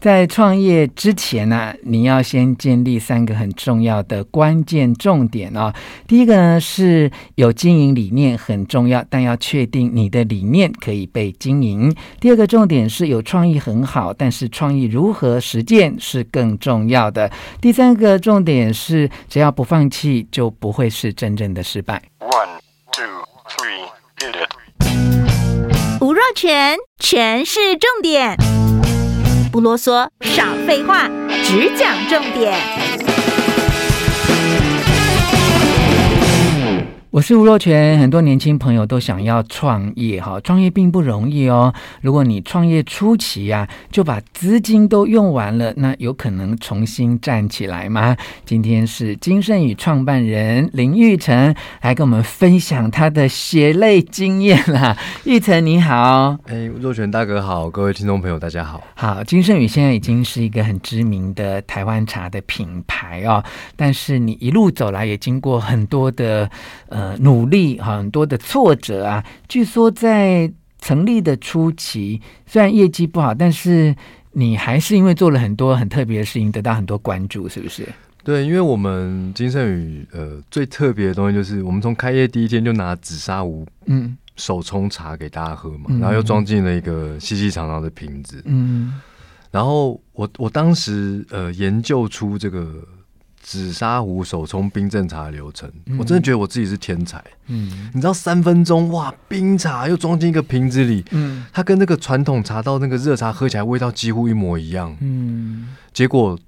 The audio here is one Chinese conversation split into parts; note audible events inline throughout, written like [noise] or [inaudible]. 在创业之前呢、你要先建立三个很重要的关键重点哦。第一个呢是有经营理念很重要，但要确定你的理念可以被经营。第二个重点是有创意很好，但是创意如何实践是更重要的。第三个重点是只要不放弃，就不会是真正的失败。 One, two, three, hit it. 吴若全，全是重点，不啰嗦，少废话，只讲重点。我是吴若权，很多年轻朋友都想要创业哈，创业并不容易哦。如果你创业初期啊，就把资金都用完了，那有可能重新站起来吗？今天是金盛宇创办人林玉成来跟我们分享他的血泪经验啦。玉成你好，哎，若泉大哥好，各位听众朋友大家好。好，金盛宇现在已经是一个很知名的台湾茶的品牌哦，但是你一路走来也经过很多的呃努力，很多的挫折啊。据说在成立的初期，虽然业绩不好，但是你还是因为做了很多很特别的事情，得到很多关注，是不是？对，因为我们金盛宇呃最特别的东西就是，我们从开业第一天就拿紫砂壶嗯手冲茶给大家喝嘛，嗯然后又装进了一个细细长长的瓶子。嗯然后我我当时呃研究出这个紫砂壶手冲冰镇茶的流程，我真的觉得我自己是天才。嗯你知道三分钟哇，冰茶又装进一个瓶子里，嗯它跟那个传统茶道那个热茶喝起来味道几乎一模一样。嗯，结果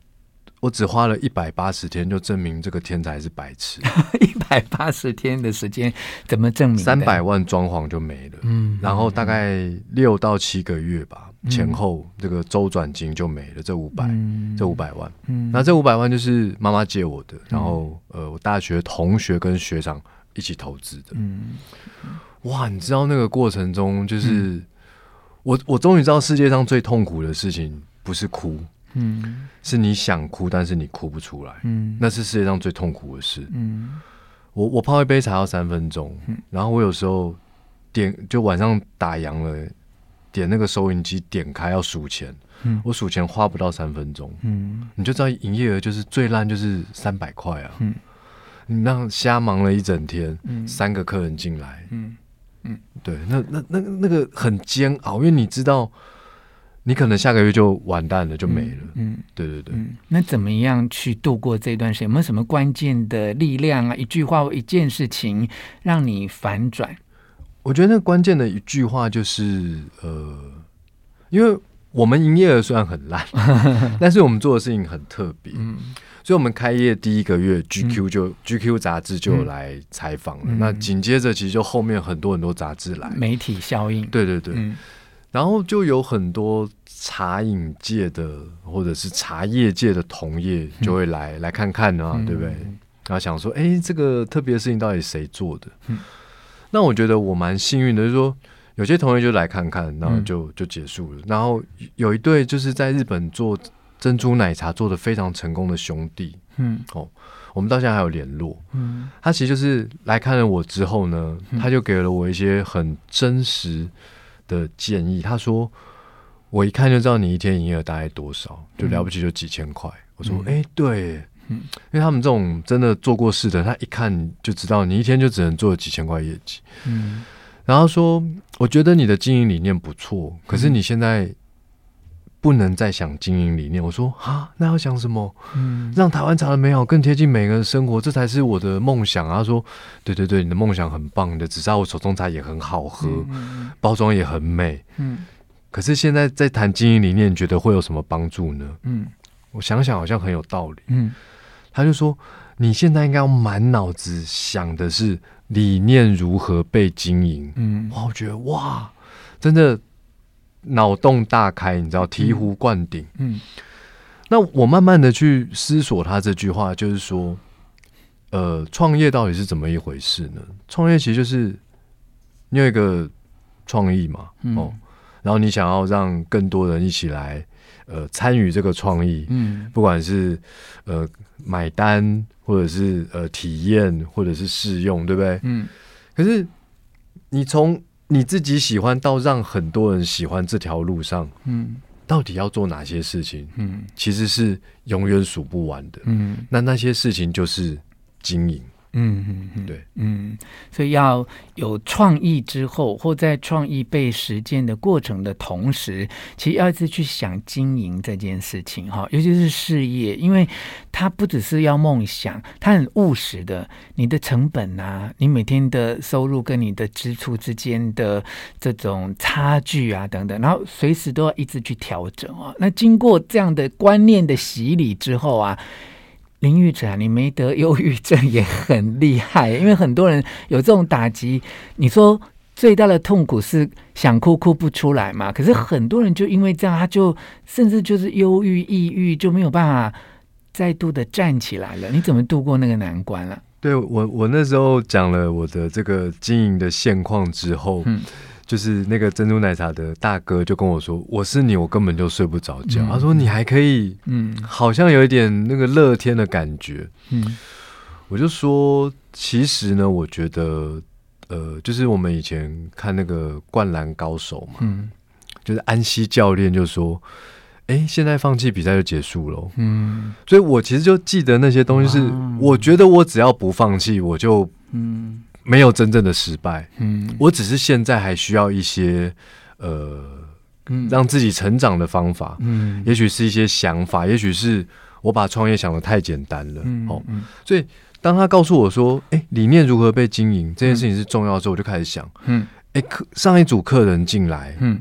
我只花了一百八十天就证明这个天才是 [laughs] 白痴，一百八十天的时间怎么证明的？三百万装潢就没了，嗯，然后大概六到七个月吧，前后这个周转金就没了，这五百、嗯这五百万，嗯那这五百万就是妈妈借我的，然后呃，我大学同学跟学长一起投资的，嗯哇，你知道那个过程中就是、嗯我我终于知道世界上最痛苦的事情不是哭，嗯是你想哭但是你哭不出来，嗯那是世界上最痛苦的事。嗯我我泡一杯茶要三分钟，然后我有时候点就晚上打烊了，点那个收银机点开要数钱，嗯我数钱花不到三分钟，嗯你就知道营业额就是最烂就是三百块啊，嗯你让瞎忙了一整天，嗯三个客人进来，嗯对，那那那那个很煎熬，因为你知道你可能下个月就完蛋了，就没了，嗯。对对对。嗯，那怎么样去度过这段时间？有没有什么关键的力量啊？一句话或一件事情让你反转？我觉得那关键的一句话就是，呃，因为我们营业额虽然 [laughs] 很烂，但是我们做的事情很特别，嗯所以我们开业第一个月，GQ 就、GQ 杂志就有来采访了。嗯那紧接着，其实就后面很多很多杂志来，媒体效应。，对对对，嗯然后就有很多茶饮界的或者是茶叶界的同业就会来、来看看啊，嗯对不对？然后想说，哎，这个特别的事情到底谁做的？嗯那我觉得我蛮幸运的，就是说有些同业就来看看，然后嗯就、就结束了。然后有一对就是在日本做珍珠奶茶做的非常成功的兄弟，哦嗯我们到现在还有联络。嗯他其实就是来看了我之后呢，他就给了我一些很真实的建议。他说：“我一看就知道你一天营业额大概多少，就了不起就几千块。我说：“哎、对耶，嗯因为他们这种真的做过事的，他一看就知道你一天就只能做几千块业绩。嗯然后说，我觉得你的经营理念不错，可嗯是你现在不能再想经营理念。我说啊，那要想什么？嗯让台湾茶的美好更贴近每个人的生活，这才是我的梦想啊！他说，对对对，你的梦想很棒，你的紫砂壶手冲茶也很好喝，嗯包装也很美。嗯可是现在在谈经营理念，你觉得会有什么帮助呢？嗯我想想，好像很有道理。嗯他就说，你现在应该要满脑子想的是理念如何被经营。嗯哇，我觉得哇，真的脑洞大开，你知道，醍醐灌顶。嗯那我慢慢的去思索他这句话，就是说，呃，创业到底是怎么一回事呢？创业其实就是你有一个创意嘛，嗯哦，然后你想要让更多人一起来，呃，参与这个创意，嗯不管是呃买单，或者是呃体验，或者是试用，对不对？嗯可是你从你自己喜欢到让很多人喜欢这条路上，嗯到底要做哪些事情，嗯其实是永远数不完的。嗯那那些事情就是经营，嗯嗯嗯，对，嗯，所以要有创意之后，或在创意被实践的过程的同时，其实要一直去想经营这件事情哈，尤其是事业，因为它不只是要梦想，它很务实的，你的成本啊，你每天的收入跟你的支出之间的这种差距啊等等，然后随时都要一直去调整哦。那经过这样的观念的洗礼之后啊，林玉晨啊，你没得忧郁症也很厉害，因为很多人有这种打击。你说最大的痛苦是想哭哭不出来嘛？可是很多人就因为这样，他就甚至就是忧郁、抑郁，就没有办法再度的站起来了。你怎么度过那个难关了、对我，我那时候讲了我的这个经营的现况之后，嗯就是那个珍珠奶茶的大哥就跟我说：“我是你，我根本就睡不着觉。嗯他说：“你还可以，嗯好像有一点那个乐天的感觉。嗯”我就说：“其实呢，我觉得，呃，就是我们以前看那个《灌篮高手》嘛，嗯就是安西教练就说：‘哎，现在放弃比赛就结束喽。’嗯所以我其实就记得那些东西是哇，我觉得我只要不放弃，我就嗯没有真正的失败。嗯，我只是现在还需要一些呃，嗯让自己成长的方法，嗯也许是一些想法，也许是我把创业想的太简单了。嗯哦，嗯所以当他告诉我说，哎、理念如何被经营这件事情是重要的时候，我就开始想，嗯哎、客上一组客人进来，嗯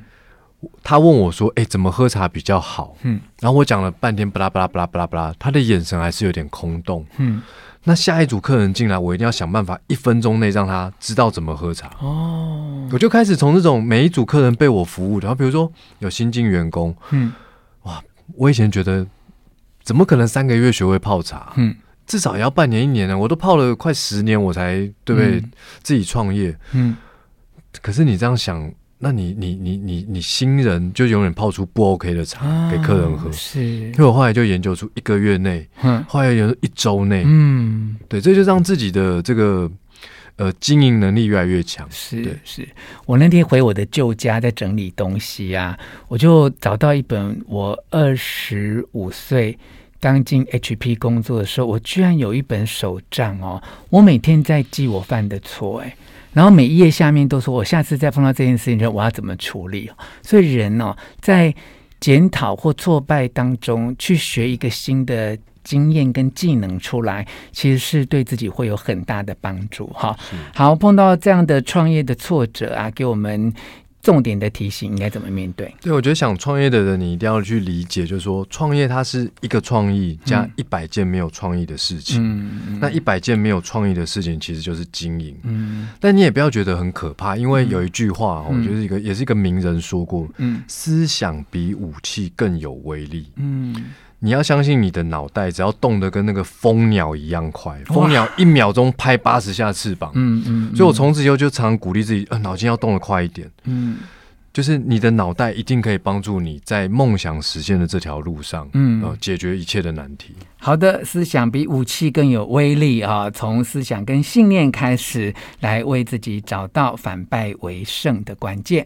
他问我说，哎、怎么喝茶比较好？嗯然后我讲了半天，巴拉巴拉巴拉巴拉巴拉，他的眼神还是有点空洞。嗯那下一组客人进来，我一定要想办法，一分钟内让他知道怎么喝茶。哦我就开始从这种每一组客人被我服务的，然后比如说有新进员工，嗯我以前觉得怎么可能三个月学会泡茶，嗯至少也要半年一年呢，啊我都泡了快十年，我才对不对、嗯自己创业。嗯可是你这样想，那你你你你你新人就永远泡出不 OK 的茶啊给客人喝。是所以我后来就研究出一个月内，嗯后来有一周内，嗯。对，这就让自己的这个呃经营能力越来越强。是对是，我那天回我的旧家，在整理东西啊，我就找到一本我二十五岁刚进 HP 工作的时候，我居然有一本手账哦，我每天在记我犯的错，哎，然后每一页下面都说我下次再碰到这件事情的时候，我要怎么处理哦。所以人哦，在检讨或挫败当中，去学一个新的。经验跟技能出来，其实是对自己会有很大的帮助哈。好，碰到这样的创业的挫折啊，给我们重点的提醒，应该怎么面对？对，我觉得想创业的人，你一定要去理解，就是说创业它是一个创意加一百件没有创意的事情。嗯那一百件没有创意的事情，其实就是经营。嗯但你也不要觉得很可怕，因为有一句话哦，嗯就是一个也是一个名人说过，嗯思想比武器更有威力。嗯，你要相信你的脑袋，只要动得跟那个蜂鸟一样快，哇蜂鸟一秒钟拍八十下翅膀。嗯嗯，所以我从此以后就常鼓励自己，呃，脑筋要动得快一点。嗯就是你的脑袋一定可以帮助你在梦想实现的这条路上，嗯呃，解决一切的难题。好的，思想比武器更有威力啊！从思想跟信念开始，来为自己找到反败为胜的关键。